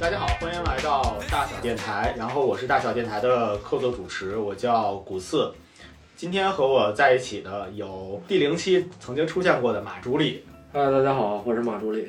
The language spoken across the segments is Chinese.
大家好，欢迎来到大小电台。然后我是大小电台的客座主持，我叫古四。今天和我在一起的有第零期曾经出现过的马助理。嗨，大家好，我是马助理。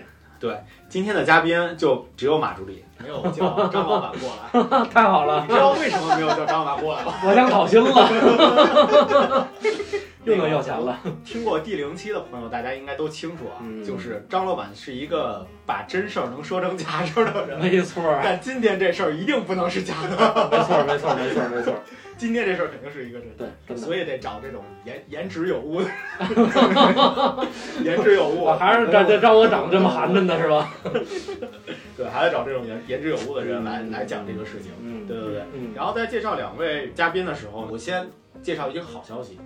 今天的嘉宾就只有马助理，没有叫张老板过来。 太好了，你知道为什么没有叫张老板过来 吗？我想讨薪了， 又能要钱了。听过第零期的朋友，大家应该都清楚啊，嗯就是张老板是一个把真事儿能说成假事儿的 人。 没错，但今天这事儿一定不能是假的，没错，没错，没错，没错。今天这事儿肯定是一个真事儿。 对，真的。所以得找这种颜颜值有误的， 颜值有 误我，还是让让我长得这么寒碜呢，是吧？对，还得找这种颜颜值有误的人来嗯来讲这个事情，嗯对对对。嗯，然后在介绍两位嘉宾的时候，我先介绍一个好消息，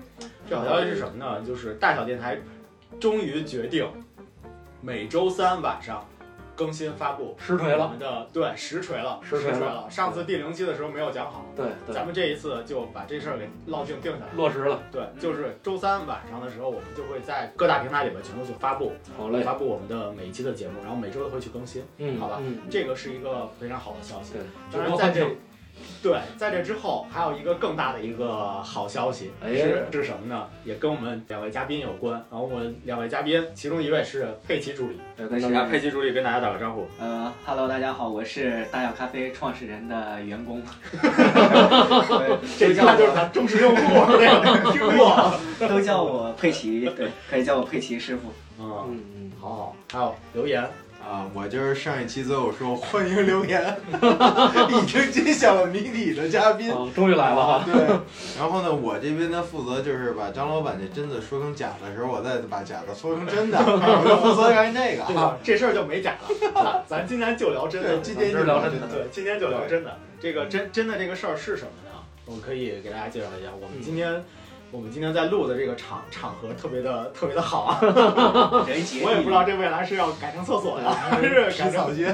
这好消息是什么呢？就是大小电台终于决定每周三晚上更新发布。实锤我了。们的对实锤了，实锤锤了了。上次第零期的时候没有讲好，对对咱，们这一次就把这事儿给落定定下来。落实了。对，就是周三晚上的时候，我们就会在各大平台里面全都去发布，好嘞。发布我们的每一期的节目，然后每周都会去更新。嗯，好吧嗯，这个是一个非常好的消息。对，当然，在这，对，在这之后还有一个更大的一个好消息哎是是什么呢？也跟我们两位嘉宾有关。然后我们两位嘉宾，其中一位是佩奇助理，跟来，佩奇助理跟大家打个招呼。呃哈喽，大家好，我是大小咖啡创始人的员 工。这一都看叫就是咱忠实用户， 这个听过。我都叫我佩奇，对，可以叫我佩奇师 傅。嗯，嗯嗯，好好。还有留言，啊，我就是上一期最后说欢迎留言， 已经揭晓了谜底的嘉宾。哦，终于来了哈。对，然后呢，我这边的负责就是把张老板这真的说成假的时候，我再把假的说成真 的，啊我就负责干这个对啊。吧？这事儿就没假了，咱咱今天就聊真的对，。今天就聊真的。对，今天就聊真的。这个真真的这个事儿是什么呢？我可以给大家介绍一下。我们今天，我们今天在录的这个场场合特别的特别的好啊！人杰我也不知道这未来是要改成厕所呀，还是改吃成草间，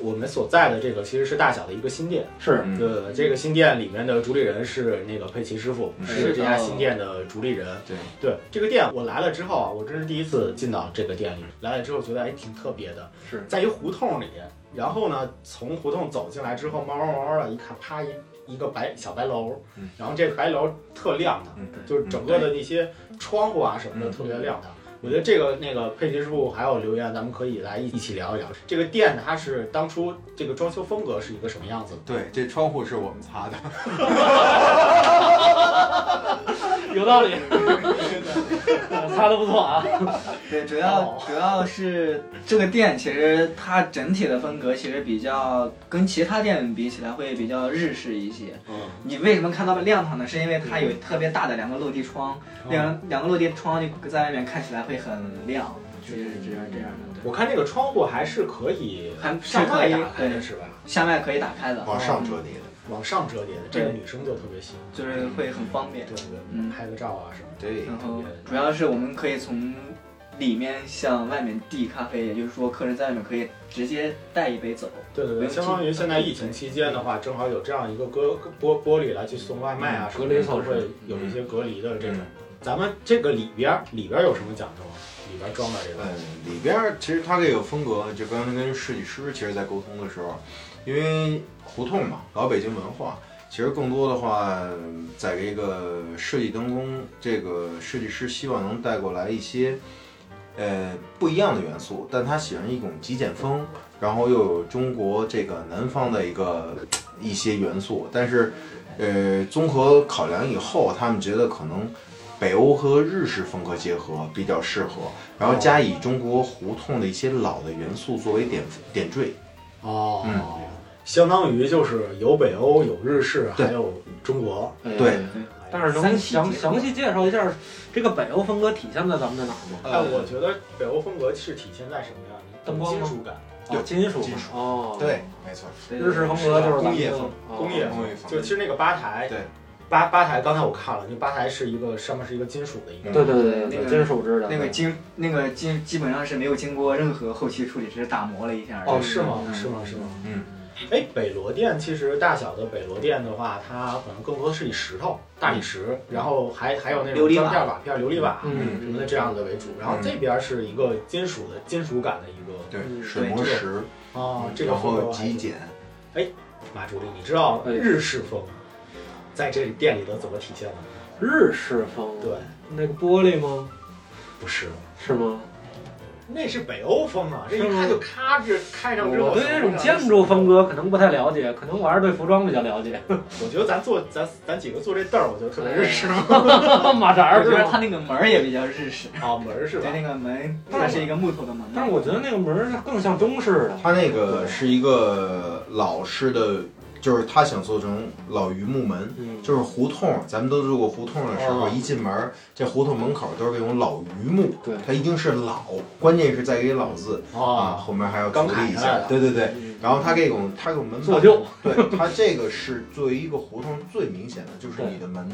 我们所在的这个其实是大小的一个新店。是， 嗯 对，这个新店里面的主理人是那个佩奇师傅，是是这家的新店的主理人。对对，这个店我来了之后啊，我真是第一次进到这个店里，来了之后觉得哎挺特别的，是在一胡同里，然后呢从胡同走进来之后，慢慢慢慢的一看，啪一一个白小白楼嗯，然后这白楼特亮堂，嗯就是整个的那些窗户啊什么的嗯特别亮堂。我觉得这个那个佩奇师傅还有留言，咱们可以来一一起聊一聊这个店，它是当初这个装修风格是一个什么样子的？对，这窗户是我们擦的，有道 理，猜的不错啊。对，主哦要主要是这个店，其实它整体的风格其实比较跟其他店比起来会比较日式一些。嗯，你为什么看到亮堂呢？是因为它有特别大的两个落地窗，哦两两个落地窗就在外面看起来会很亮，就是这样这样的。对，我看那个窗户还是可以还是向外可以打开的对是吧？向外可以打开哦的，往上折叠的。往上折叠的，这个女生就特别喜欢，就是会很方便对。对，嗯拍个照啊什么的。对，然后主要是我们可以从里面向外面递咖啡，也就是说客人在外面可以直接带一杯走。对对对，相当于现在疫情期间的话，正好有这样一个隔玻玻璃来去送外卖啊，嗯隔什离么措的都施会有一些隔离的这种。咱们这个里边儿里边儿有什么讲究吗？里边儿装的这个嗯，里边儿其实它这个风格，就刚才跟设计师其实在沟通的时候，因为胡同嘛，老北京文化，其实更多的话，在这个设计当中，这个设计师希望能带过来一些，呃，不一样的元素，但他喜欢一种极简风，然后又有中国这个南方的一个一些元素，但是，呃，综合考量以后，他们觉得可能北欧和日式风格结合比较适合，然后加以中国胡同的一些老的元素作为点点缀。哦，相当于就是有北欧，有日式，对还有中国。对但是能详详哎细介绍一下这个北欧风格体现在咱们的哪儿吗？哎，我觉得北欧风格是体现在什么样的？灯光金吗属感，对哦金属嘛金属呃哦，对，，没错，日式风格就是咱们的工业风，哦工业工业就其实那个吧台，对，吧吧台，刚才我看了，那吧台是一个上面是一个金属的一个，对对对那对，个金属制的那个经那个基基本上是没有经过任何后期处理，只是打磨了一下而已。哦，是吗？嗯是吗？是吗？嗯，哎，北罗店其实大小的北罗店的话，它可能更多是以石头、大理石，然后还还有那种琉璃砖瓦片、瓦片、琉璃瓦嗯什么的这样的为主，然后这边是一个金属的金属感的一个，对，嗯水磨石，啊，这个然风格后我还极简，马助理，你知道哎日式风在这店里头怎么体现吗？日式风，对，那个玻璃吗？不是，是吗？那是北欧风啊，这是一吗看就咔这开上之后，我对这种建筑风，格可能不太了解，可能我还是对服装比较了解。我觉得咱坐咱咱几个坐这凳儿，我觉得特别日式马扎而儿且是它吗？那个门儿也比较日式，啊，门儿是对，吧？那个门但它是是一个木头的门，但是我觉得那个门儿更像中式的。它那个是一个老式的，就是他想做成老榆木门，嗯，就是胡同，咱们都住过胡同的时候，哦一进门儿，这胡同门口都是那种老榆木，对它一定是老，关键是在于“老”字啊，啊，后面还要刚处砍理一下下来的，对对对。嗯然后它这种，它这种门板做旧，对它这个是作为一个胡同最明显的就是你的门。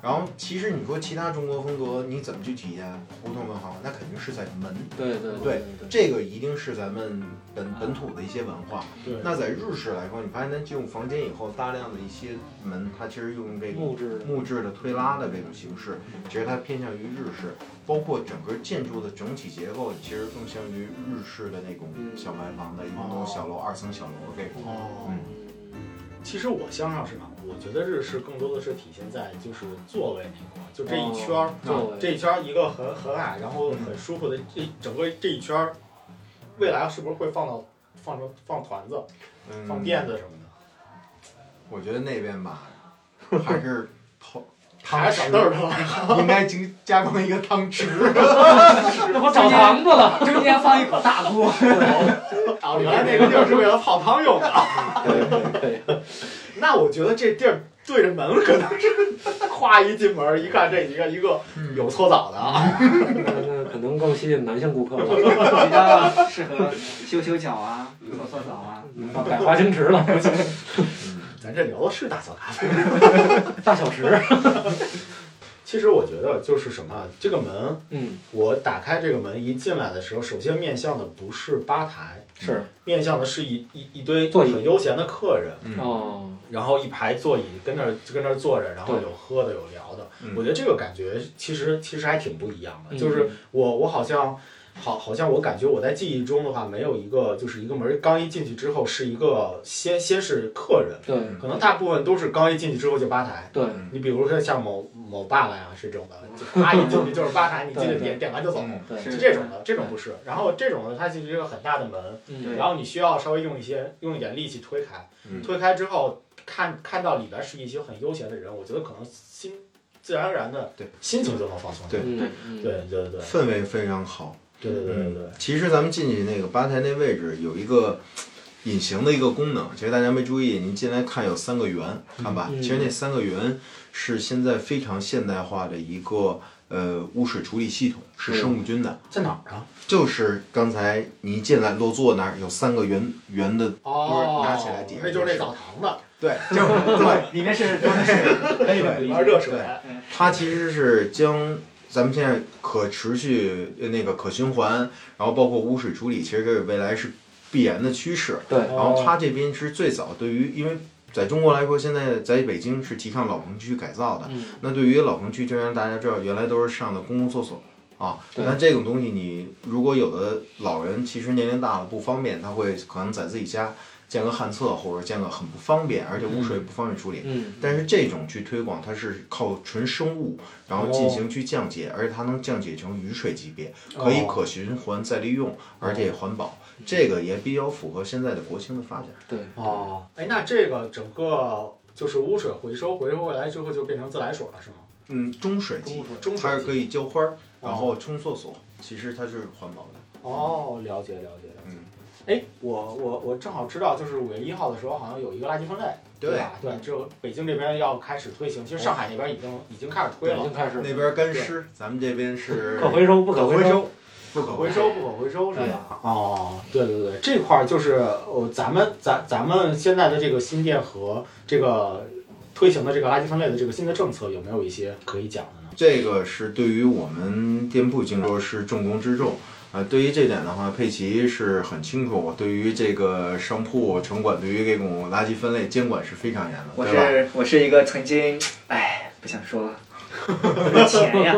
然后其实你说其他中国风格你怎么去体验胡同文化？那肯定是在门，对对对对对，这个一定是咱们本本土的一些文化。对，那在日式来说，你发现它进入房间以后，大量的一些门，它其实用这个木质的木质的推拉的这种形式，其实它偏向于日式，包括整个建筑的整体结构，其实更像于日式的那种嗯小白房的一栋小楼、二层小楼这种。哦嗯，其实我相上是吧？我觉得日式更多的是体现在就是座位那块儿，就这一圈儿，座位啊这一圈儿一个很很矮，然后很舒服的这整个这一圈儿，未来是不是会放到放成放团子、嗯，放垫子什么的？我觉得那边吧，还是泡还汤是小凳儿池，吧？应该加加装一个汤池。 我澡堂子了。中间放一口大的木，啊，原来那个地儿是为了泡汤用的。对对对，那我觉得这地儿对着门可能是，咵一进门一看这一个一个有搓澡的啊， 那那可能更吸引男性顾客吧， 比较适合修修脚啊，搓搓澡啊。嗯改花星池了，咱这聊的是大小咖啡。大小时。其实我觉得就是什么啊，这个门，嗯，我打开这个门一进来的时候，首先面向的不是吧台，是面向的是一一一堆座椅很悠闲的客人，嗯，哦，然后一排座椅跟那儿跟那儿坐着，然后对有喝的有聊的，嗯我觉得这个感觉其实其实还挺不一样的，嗯就是我我好像好好像我感觉我在记忆中的话，没有一个就是一个门儿刚一进去之后是一个先先是客人，对可能大部分都是刚一进去之后就吧台。对嗯你比如说像某某爸爸呀是这种的，就啪一进去就是吧台，你进去对点点完就走。嗯对，是是这种的，这种不是。然后这种的，它其实是一个很大的门，嗯然后你需要稍微用一些用一点力气推开，嗯推开之后看看到里边是一些很悠闲的人，我觉得可能心自然而然的对心情就能放松。对嗯嗯对对对对氛围非常好。对对对对对，嗯其实咱们进去那个吧台那位置有一个嘖隐形的一个功能，其实大家没注意，您进来看有三个圆，看吧，嗯其实那三个圆是现在非常现代化的一个呃污水处理系统，是生物菌的，在哪儿啊？就是刚才你一进来落座那儿有三个圆圆的，哦，拿起来点那就是那澡堂的，对， 就是对，里面是都是可以里理边热水。它其实是将咱们现在可持续呃那个可循环，然后包括污水处理，其实这是未来是必然的趋势。对哦然后它这边是最早对于，因为在中国来说，现在在北京是提倡老城区改造的。嗯那对于老城区，就让大家知道，原来都是上的公共厕所啊。对那这种东西，你如果有的老人其实年龄大了不方便，他会可能在自己家建个旱厕，或者建个很不方便，而且污水不方便处理。嗯，但是这种去推广，它是靠纯生物，然后进行去降解，而且它能降解成雨水级别，可以可循环再利用，而且也环保。这个也比较符合现在的国情的发展。对，哦，哎，那这个整个就是污水回收，回收回来之后就变成自来水了，是吗？嗯，中水中级，水中它水是可以浇花儿，然后冲厕所，其实它是环保的。哦，了解了解了解嗯。哎，我我我正好知道，就是五月一号的时候，好像有一个垃圾分类，对吧？对，只有北京这边要开始推行，其实上海那边已经已经开始推已了经，开始那边干湿，咱们这边是可回收不可回收，收，不可可回回收。收不可回收是吧？哦，对对对，这块儿就是呃，咱们咱咱们现在的这个新店和这个推行的这个垃圾分类的这个新的政策，有没有一些可以讲的呢？这个是对于我们店铺经营说是重中之重。啊，对于这点的话，佩奇是很清楚。对于这个商铺城管，对于这种垃圾分类监管是非常严的，我对吧？是我是一个曾经， 哎，不想说了，没钱呀。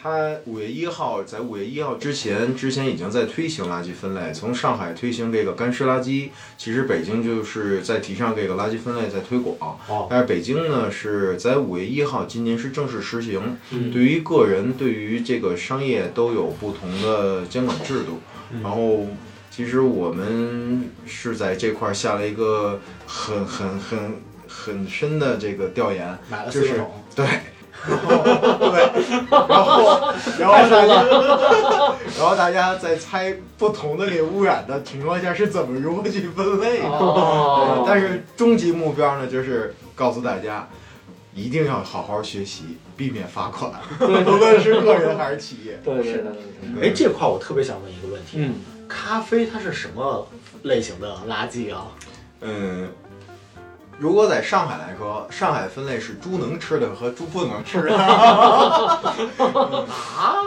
它五月一号在五月一号之前，之前已经在推行垃圾分类，从上海推行这个干湿垃圾，其实北京就是在提倡这个垃圾分类在推广。哦，但是北京呢是在五月一号，今年是正式实行，嗯对于个人，对于这个商业都有不同的监管制度。嗯然后，其实我们是在这块儿下了一个很很很很深的这个调研，买了四就个是桶，对，然后对，然后然后大家， 然后大家在猜不同的给污染的情况下是怎么如何去分类的。哦对但是终极目标呢，就是告诉大家，一定要好好学习，避免罚款，对 无论是个人还是企业。对对是对的对，哎，这块我特别想问一个问题，嗯，咖啡它是什么类型的垃圾啊？嗯，如果在上海来说，上海分类是猪能吃的和猪不能吃的。啊，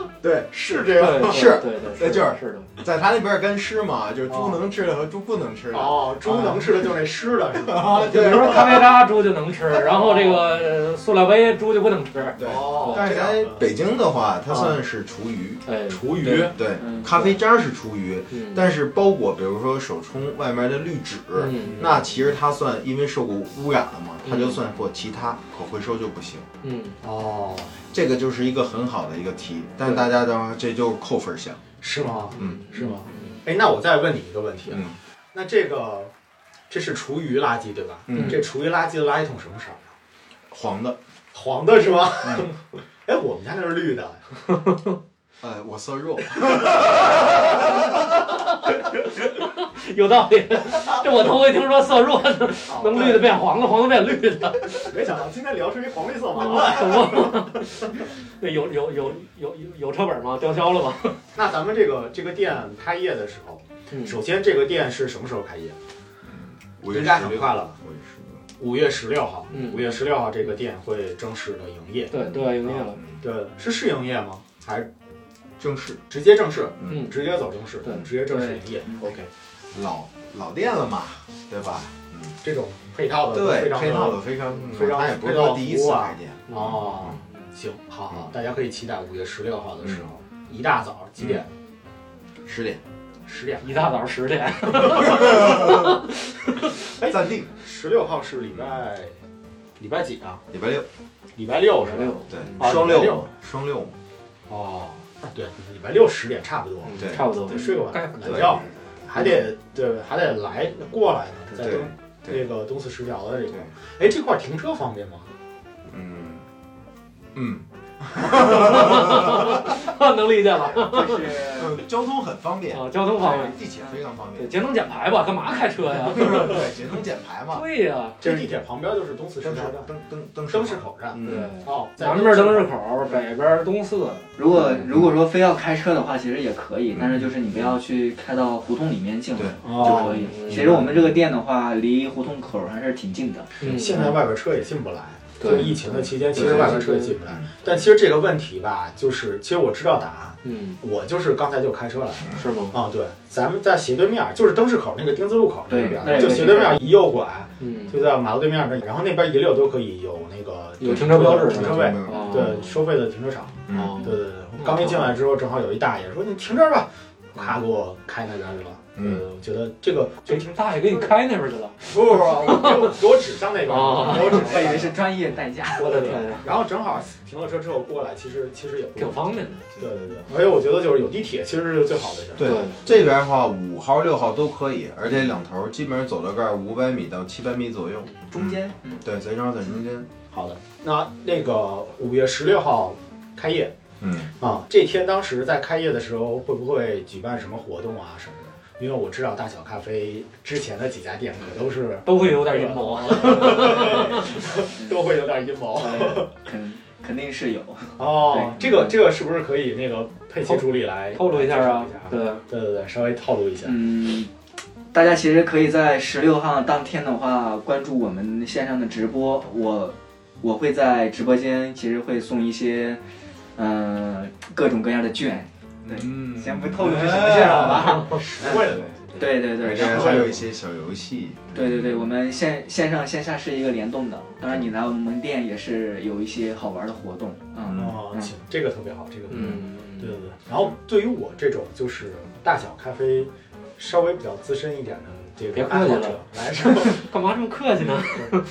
对，是这对对是对对，那就是是的，在他那边儿干湿嘛，就是猪能吃的和猪不能吃的。哦，猪能吃的就是那湿的，是吧？啊，就比对如。说咖啡渣猪就 能吃，然后这个呃塑料杯猪就不能吃，对哦但是在北京的话，它算是厨余。哎，厨余对对，嗯咖啡渣是厨余，嗯，但是包裹，比如说手冲外面的滤纸，嗯那其实它算因为受过污染了嘛，它就嗯算过其他可回收就不行。嗯，哦，这个就是一个很好的一个题，但大家当然这就是扣分项。是吗？嗯是吗？哎，那我再问你一个问题啊，嗯，那这个这是厨余垃圾对吧？嗯这厨余垃圾的垃圾桶什么色儿啊？黄的，黄的是吧？嗯， 哎，我们家那是绿的。呃，我色弱，有道理，这我头回听说色弱的能绿的变黄的，黄的变绿 的，哦没想到今天聊出一黄绿色麻什么？ 那有有有有有有车本吗？吊销了吗？那咱们这个这个店开业的时候，嗯首先这个店是什么时候开业？嗯我也应该是很快了吧？我也是五月十六号，嗯五月十六号这个店会正式的营业。对对外营业嗯了，对，是试营业吗？还是嗯正式直接正式？嗯直接走正式，对嗯直接正式营业。OK，老老店了嘛，对吧？嗯，这种配套的对，非常配套的的非常非常那也不是配套他的第一服务次啊开店，嗯哦，行，好好，大家可以期待五月十六号的时候，嗯一大早几点？十点十点。一大早十点，哎暂定，十六号是礼拜礼拜几啊？礼拜六，礼拜六是十吧？六，对，啊双礼拜六六，双六，哦，对，礼拜六十点差不多， 对差不多得，睡个该晚懒觉，还得对，还得来过来呢，在东对那个东四十条的这对块，，哎，这块停车方便吗？嗯嗯，能理解吧？这是呃交通很方便，啊，交通方面，地铁非常方对，便，节能减排吧，干嘛开车呀？对，节能减排嘛，对呀，这地铁旁边就是东四十灯条市站，灯灯灯灯市，口站。对，嗯，哦，在南边灯市口，北边东四，如果如果说非要开车的话，其实也可以，但是就是你不要去开到胡同里面进来对就哦可以。嗯其实我们这个店的话，离胡同口还是挺近的。嗯现在外边车也进不来，对就疫情的期间，其实对外边车也进不来嗯。但其实这个问题吧，就是其实我知道答案，嗯，我就是刚才就开车来的。是吗？啊，对，咱们在斜对面，就是灯市口那个丁字路口那对边，那就个斜对面一右拐，嗯，就在马路对面那，然后那边一溜都可以有那个有停车标志停车位，哦对，收费的停车场。嗯，对对对，我刚一进来之后，正好有一大爷说你停这儿吧，咔给我开那边去了。嗯呃，我觉得这个这大爷给你开那边去了，不不不， 我给我给我指向那边，给哦我指向那我以边为是专业代驾。我的天！然后正好停了车之后过来，其实其实也不挺方便的。对对对，而且我觉得就是有地铁其实是最好的事儿。对对这边的话，五号、六号都可以，而且两头基本上走到盖五百米到七百米左右，中间， 嗯，对，贼正好在中间。好的，那那个五月十六号开业嗯，啊，这天当时在开业的时候会不会举办什么活动啊什么的？因为我知道大小咖啡之前的几家店可都是都会有点阴谋啊， 都会有点阴谋肯肯定是有。哦。这个这个是不是可以那个佩奇助理来 透露一下啊介绍，一下对，对对对，稍微透露一下。嗯，大家其实可以在十六号当天的话，关注我们线上的直播，我我会在直播间其实会送一些，嗯、各种各样的券，嗯先不透露是什么券好吧？实惠的呗。嗯 对对对，而然且后还有一些小游戏。对对对，我们线线上线下是一个联动的，当然你来我们店也是有一些好玩的活动，嗯，哦，嗯请这个特别好，这个特别好嗯，对对对。然后对于我这种就是大小咖啡稍微比较资深一点的这别个客爱气好了者来说， 干嘛这么客气呢？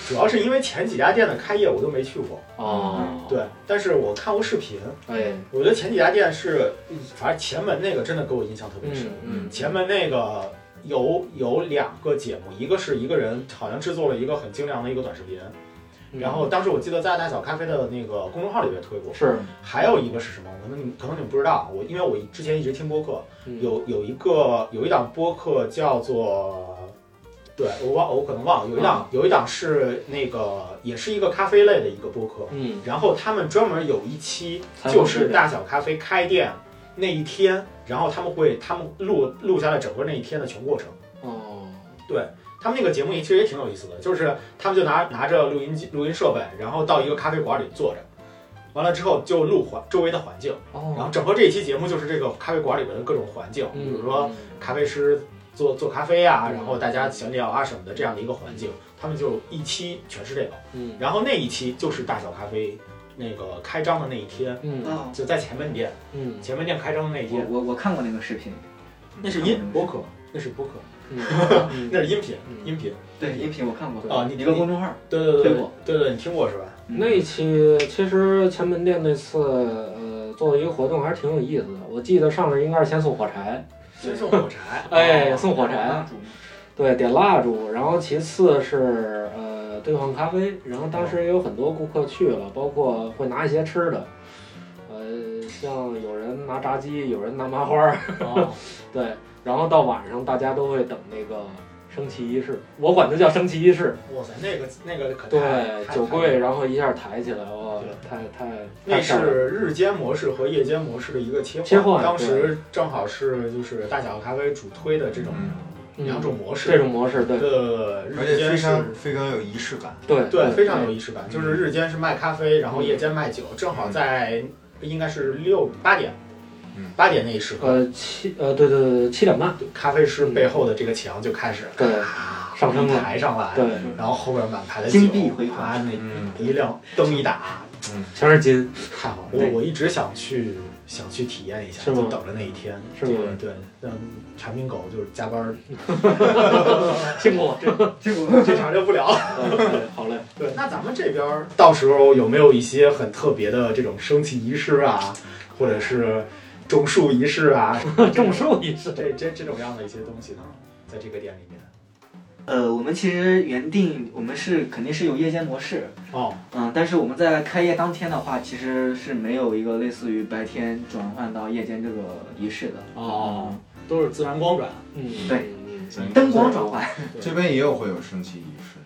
主要是因为前几家店的开业我都没去过，哦，，对，但是我看过视频，哎，我觉得前几家店是，反正前门那个真的给我印象特别深。嗯嗯，前门那个有有两个节目，一个是一个人好像制作了一个很精良的一个短视频，嗯然后当时我记得在大小咖啡的那个公众号里面推过。是还有一个是什么？可能你们可能你们不知道，我因为我之前一直听播客，嗯有有一个有一档播客叫做。对我忘，我可能忘了，有一档、有一档是那个也是一个咖啡类的一个播客，嗯，然后他们专门有一期采访就视是频大小咖啡开店那一天，然后他们会他们录录下来整个那一天的全过程。哦，他们那个节目也其实也挺有意思的，就是他们就拿拿着录音机、录音设备，然后到一个咖啡馆里坐着，完了之后就录环周围的环境，然哦，后整个这一期节目就是这个咖啡馆里面的各种环境，比嗯如说，咖啡师做做咖啡啊，然后大家闲聊啊什么的这样的一个环境，他们就一期全是这个，嗯然后那一期就是大小咖啡那个开张的那一天，嗯哦，就在前门店，嗯前门店开张的那一我天，我我看过那个视频，那是音播客，那是播客，嗯，那是音频嗯，音频，对音频我看过啊你一个公众号，对对对推过对对，你听过是吧？嗯那一期其实前门店那次，呃，做的一个活动还是挺有意思的。我记得上来应该是先送火柴，先送火柴，哎，送火柴，蜡烛对，点蜡烛，然后其次是呃兑换咖啡，然后当时也有很多顾客去了，包括会拿一些吃的，呃，像有人拿炸鸡，有人拿麻花儿， 哦，对，然后到晚上大家都会等那个升旗仪式，我管它叫升旗仪式，哇塞，那个那个可太对，太酒柜，然后一下抬起来，哇对，太太那太漂亮了，是日间模式和夜间模式的一个切换，切换当时正好是就是大小咖啡主推的这种嗯两种模这式，种模式，对呃，而日且非间是常嗯非常有仪式感。对对非常有有仪式感，就是日间是卖咖啡，然后夜间卖酒，正好在应该是六八点嗯，八点那一时刻，呃七呃对对对七点半，咖啡师背后的这个墙就开始对，啊上升了抬上来，对，然后后面满排的金酒碧辉煌啊，嗯那一亮灯一打，全是 金，太好了！我对我一直想去想去体验一下，是吗就等着那一天。是吗对对，让产品狗就是加班儿，辛苦了， 这个这场就不聊了。嗯对好嘞，对，那咱们这边儿到时候有没有一些很特别的这种升旗仪式啊，或者是种树仪式啊， 种树仪式，这这这种样的一些东西呢，在这个店里面。呃，我们其实原定我们是肯定是有夜间模式，哦，嗯，但是我们在开业当天的话，其实是没有一个类似于白天转换到夜间这个仪式的。哦都是自然光感。嗯，对嗯，嗯，灯光转换，这边也有会有升旗仪式，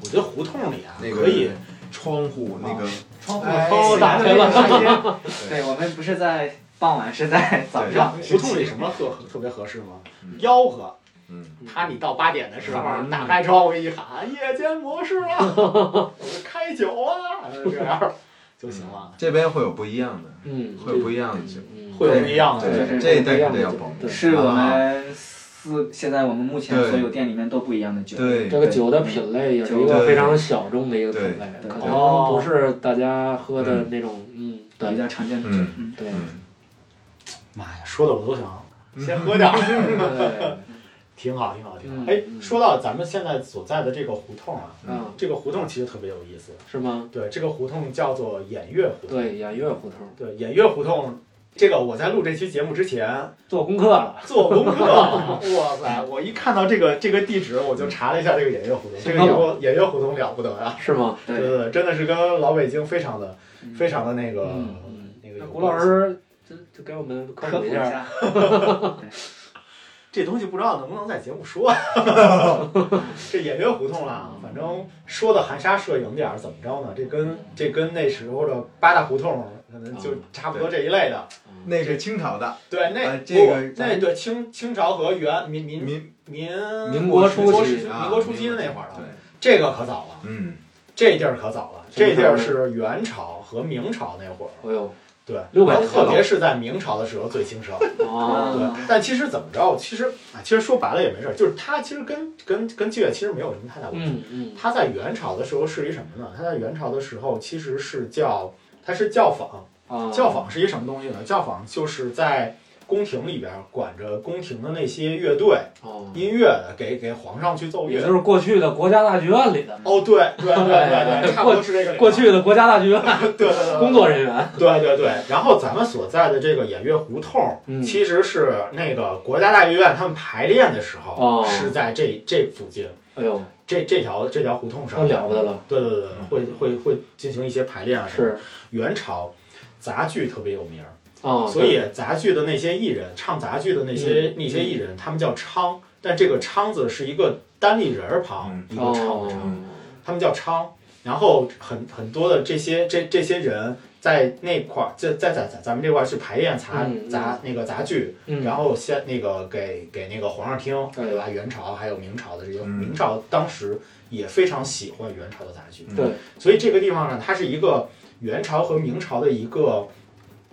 我觉得胡同里啊，那个可以窗户那个 窗户哎都打开 了。对对，我们不是在傍晚，是在早上。胡同里什么特特别合适吗嗯？吆喝。嗯，怕你到八点的时候嗯打开窗户一喊夜间模式啊，我们开酒啊，这 样就行了。这边会有不一样的，嗯，会有不一样的嗯，嗯会有不一样的，对对对，这一代肯定要保密。对是我们四现在我们目前啊对所有店里面都不一样的酒。对这个酒的品类也是一个非常小众的一个品类，对可对能不是大家喝的那种，嗯，比对较常见的酒。嗯嗯，对嗯，妈呀，说的我都想嗯先喝点儿，对， 挺好，挺好，挺好嗯。哎，嗯说到咱们现在所在的这个胡同啊，嗯，这个胡同其实特别有意思。是吗？对，这个胡同叫做偃月胡同。对，演乐胡同对，偃月胡同。这个我在录这期节目之前做功课了，做功课了， 哇塞！我一看到这个这个地址，我就查了一下这个偃月胡同。这个行偃月偃月胡同了不得啊！是吗？对对对，对，真的是跟老北京非常的、嗯非常的那个、嗯嗯那个那有古老关系，师就就给我们科科普普一一下，下。这东西不知道能不能在节目说。啊 这演员胡同啊，反正说的含沙射影点儿，怎么着呢？这跟这跟那时候的八大胡同可能就差不多这一类的。那个清朝的对，那、啊这个不那对清清朝和元民民民民民国初初期啊民国初期的那会儿啊了对，，这个可早了，嗯，这地儿可早了，什这么时候地儿是元朝和明朝那会儿。哎呦，对，六百然后年特别是在明朝的时候最兴盛。 哦，对，但其实怎么着，其实啊，其实说白了也没事儿，就是它其实跟跟跟剧院其实没有什么太大关系。嗯嗯，它在元朝的时候是一什么呢？它在元朝的时候其实是叫它是教坊，啊，教坊是一什么东西呢？教坊就是在宫廷里边管着宫廷的那些乐队、哦，音乐的，给给皇上去奏也乐。就是过去的国家大剧院里的，哦，对对对对对，差啊不多是这个理过论去的国家大剧院对对对工作人 员，对对对。然后咱们所在的这个演乐胡同，嗯其实是那个国家大剧院他们排练的时候哦是在这这附近。哎呦，这这条这条胡同上那了不得了，对对对，对会会会进行一些排练啊。什么的。嗯是元朝杂剧特别有名儿，啊，嗯所以杂剧的那些艺人，唱杂剧的那些嗯那些艺人，他们叫娼，但这个娼字是一个单立人儿旁，一对个娼的娼，哦，他们叫娼。然后很很多的这些这这些人在那块儿，在在在咱咱们这块儿去排练杂嗯杂那个杂剧，嗯，然后先那个给给那个皇上听，对吧？元朝还有明朝的这些，嗯明朝当时也非常喜欢元朝的杂剧，对，所以这个地方呢，它是一个元朝和明朝的一个，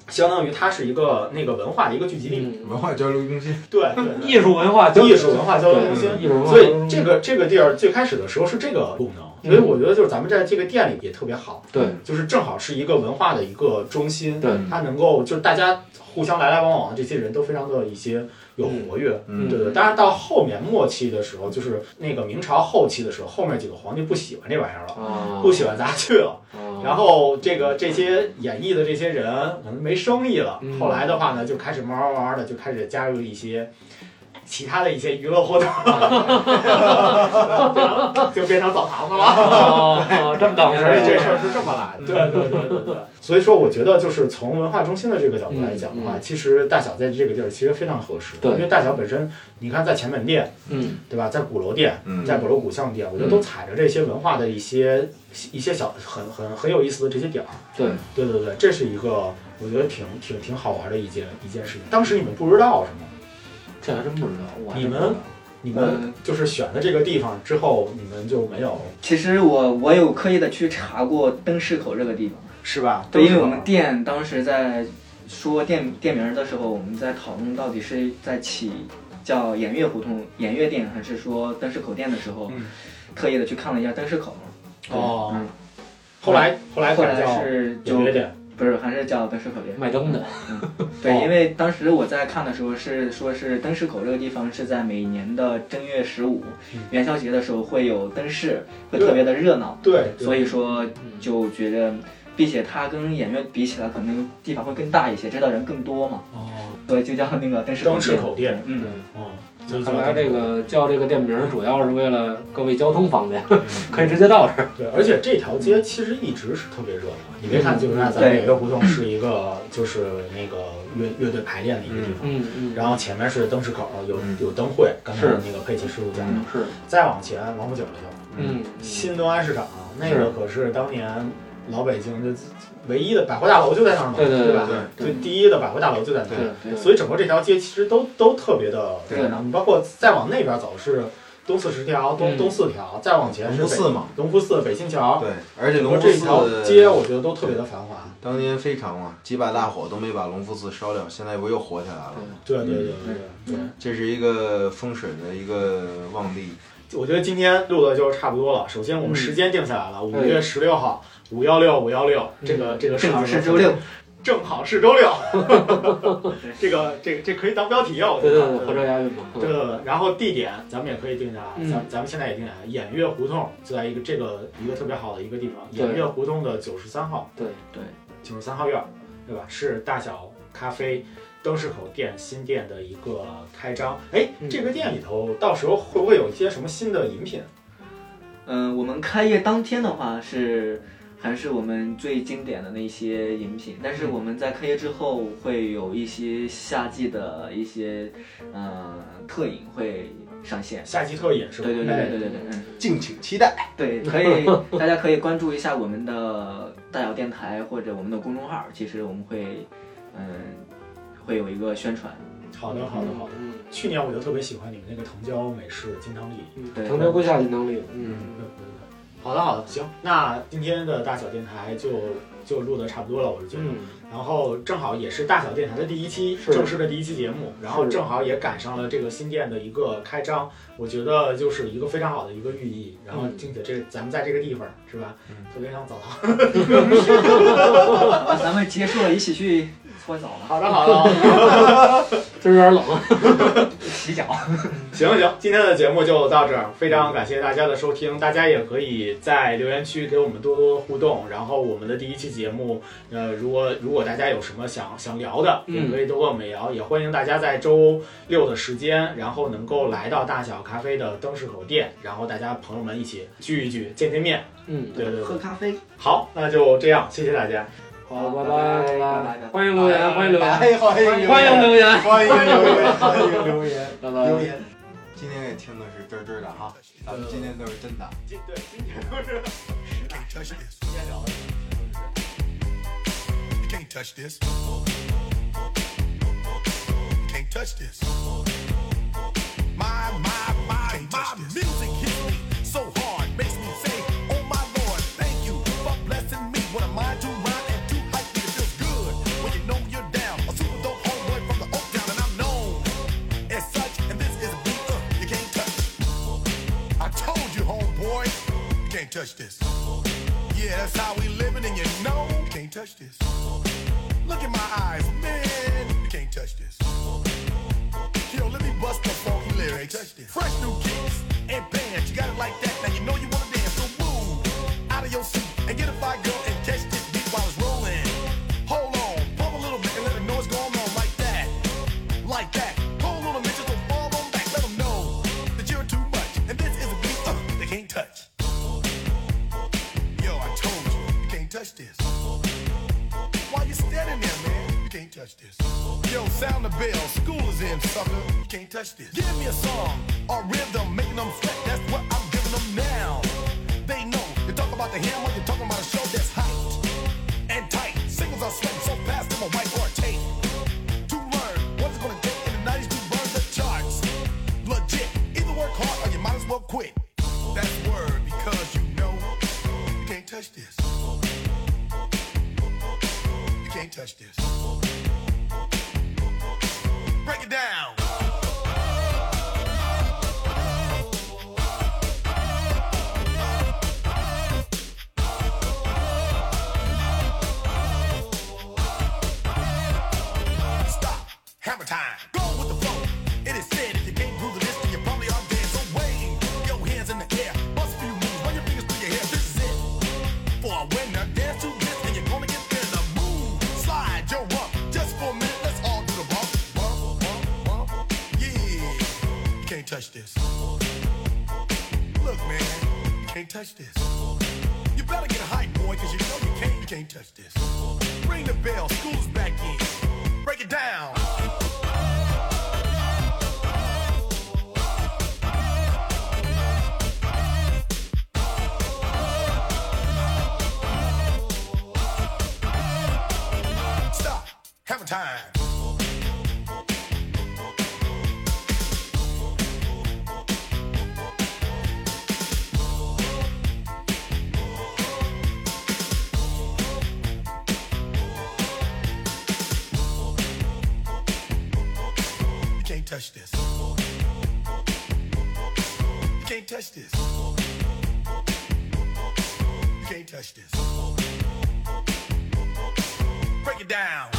相当于它是一个那个文化的一个聚集地，文嗯，化交流中心，对 对艺术文化交对，流艺术文化交流对嗯中心。艺术文化所交流以中这个这个地儿最开始的时候是这个功能，所以我觉得就是咱们在这个店里也特别好，对就是正好是一个文化的一个中心，对它能够就是大家互相来来往往的这些人都非常的一些有活跃，嗯对对。当然到后面末期的时候，就是那个明朝后期的时候，后面几个皇帝不喜欢这玩意儿了，啊，不喜欢杂剧了，啊，然后这个这些演艺的这些人可能没生意了，嗯后来的话呢，就开始慢慢慢慢的就开始加入一些其他的一些娱乐 活动，就变成澡堂子 了。哦，这么档所事以这事儿，儿是这么来的，对对对对对。所以说，我觉得就是从文化中心的这个角度来讲的话，嗯嗯其实大小在这个地儿其实非常合适，对因为大小本身，你看在前门店，嗯，对吧，在鼓楼店，嗯在鼓楼古巷店，我觉得都踩着这些文化的一些一些小很很很有意思的这些点儿。对，对对对，这是一个我觉得挺挺挺好玩的一件一件事情。当时你们不知道是吗？这还真不知道，我还你真不们知道你们嗯就是选的这个地方之后，你们就没有其实我我有刻意的去查过灯市口这个地方，是吧？对，因为我们店当时在说店店名的时候，我们在讨论到底是在起叫演乐胡同、演乐店，还是说灯市口店的时候，嗯特意的去看了一下灯市口。对哦嗯后来后来后改来叫是就有乐店，不是还是叫灯市口店。卖灯的，对，哦因为当时我在看的时候是说是灯市口这个地方是在每年的正月十五嗯元宵节的时候会有灯市，会对特别的热闹，对，对所以说嗯就觉得，并且它跟演乐比起来，可能地方会更大一些，知道人更多嘛，哦，所以就叫那个灯市口灯市店。口店，嗯，哦，就是看来这个叫这个店名儿主要是为了各位交通方便，可以直接接到这儿。嗯对，而且这条街其实一直是特别热闹。你别看，就是那咱对每个胡同是一个就是那个乐乐队排练的一个地方，嗯嗯，然后前面是灯市口，有嗯有灯会，刚才是那个佩奇师傅讲的嗯，是，再往前王府井就有。嗯，新东安市场那个可是当年老北京就唯一的百货大楼就在那儿嘛，对对对吧？对就第一的百货大楼就在那儿，对对，所以整个这条街其实都都特别的热闹。你包括再往那边走是东四十条、东嗯东四条，再往前龙是福北寺嘛，隆福寺、北新桥，对，而且整龙个福这寺条街我觉得都特别的繁华。当年非常嘛，几把大火都没把龙福寺烧掉，现在不又火起来了？对对对对对这是一个风水的一个旺地，对，我觉得今天录的就是差不多了。首先我们嗯时间定下来了，五对月十六号，五幺六五幺六，这个这个正好数字是周六，正好是周六，这个这个这可以当标题啊，我觉对得。对对，合辙押韵嘛。对对对，然后地点咱们也可以定下来，嗯咱咱们现在也定下来，演乐胡同就在一个这个一个特别好的一个地方，对演乐胡同的九十三号，对对，九十三号院儿，对吧？是大小咖啡灯市口店新店的一个开张。哎，嗯这个店里头到时候会不会有一些什么新的饮品？嗯、我们开业当天的话是还是我们最经典的那些饮品，但是我们在开业之后会有一些夏季的一些呃特饮会上线。夏季特饮是吧？对对哎对对对对，嗯。敬请期待。对，可以，大家可以关注一下我们的大小电台或者我们的公众号，其实我们会，嗯，会有一个宣传。哎好的好的好的。嗯，去年我就特别喜欢你们那个藤椒美式金汤力，对成就归下锦能力。嗯，嗯，对对对。好的，好的，行，那今天的大小电台就就录的差不多了，我是觉得。嗯，然后正好也是大小电台的第一期是正式的第一期节目，然后是正好也赶上了这个新店的一个开张，我觉得就是一个非常好的一个寓意。然后嗯并且这咱们在这个地方是吧嗯，特别想 澡堂。啊咱们结束了，一起去搓澡吧，好的好的，今儿有点冷啊。洗脚。行行，今天的节目就到这儿，非常感谢大家的收听，大家也可以在留言区给我们多多互动。然后我们的第一期节目，呃，如果如果大家有什么想想聊的，嗯也可以多跟我们聊，也欢迎大家在周六的时间，然后能够来到大小咖啡的灯市口店，然后大家朋友们一起聚一聚，见见面。嗯，对对对喝，咖啡，好，那就这样，谢谢大家，好，拜好拜拜拜拜拜拜，欢迎留言，欢迎留言，哎，欢迎欢迎留言，欢迎留言，欢迎留言，拜留拜。言。今天也听的是真儿真儿的哈，咱们今天都是真的。今对今天都是哎先聊 You can't touch this. You can't touch this. My, my, my, my music hits me so hard. Makes me say, oh my lord, thank you for blessing me. What a mind to mine and to hype me. It feels good when you know you're down. A super dope homeboy from the Oak Town and I'm known as such. And this is a beat uh, you can't touch. I told you, homeboy, you can't touch this. Yeah, that's how we living, and you know you can't touch this. Look in my eyes, man, you can't touch this. Yo, let me bust the funky lyrics. Fresh new kicks and bands, you got it like that. Now you know you wanna dance, so move out of your seat and get a fire girl and catch this beat while it's rolling. Hold on, pump a little bit and let the noise go on like that, like that. Hold on a minute, just don't fall on back. Let 'em know that you're too much, and this is a beat uh, they can't touch. Yo, I told you, you can't touch this. Why you standing there, man? You can't touch this. Yo, sound the bell, school is in, sucker. You can't touch this. Give me a song, a rhythm, making them sweat. That's what I'm giving them now. They know, you talk about the hammer, you're talking about a show that's hyped and tight. Singles are sweating so fast, I'm a whiteboard tape to learn what it's gonna take in the 90s to burn the charts. Legit, either work hard or you might as well quit. That's word because you know you can't touch this. You can't touch this. Break it down. Stop. Hammer time. Go with the flow. It is said if you can't groove to this, then you probably are dead. So wave your hands in the air. Bust a few moves. Run your fingers through your hair. This is it. For a winner, dance to this, and you're gonna get thinner. Move. Slide your rump. Just for a minute, let's all do the bump. Bump, bump, bump. Yeah. You can't touch this. Look, man. You can't touch this. You better get a hype, boy, cause you know you can't, you can't touch this. Ring the bell, school's back in. Break it down. Stop. Have a time. You can't touch this. You can't touch this. You can't touch this. Break it down.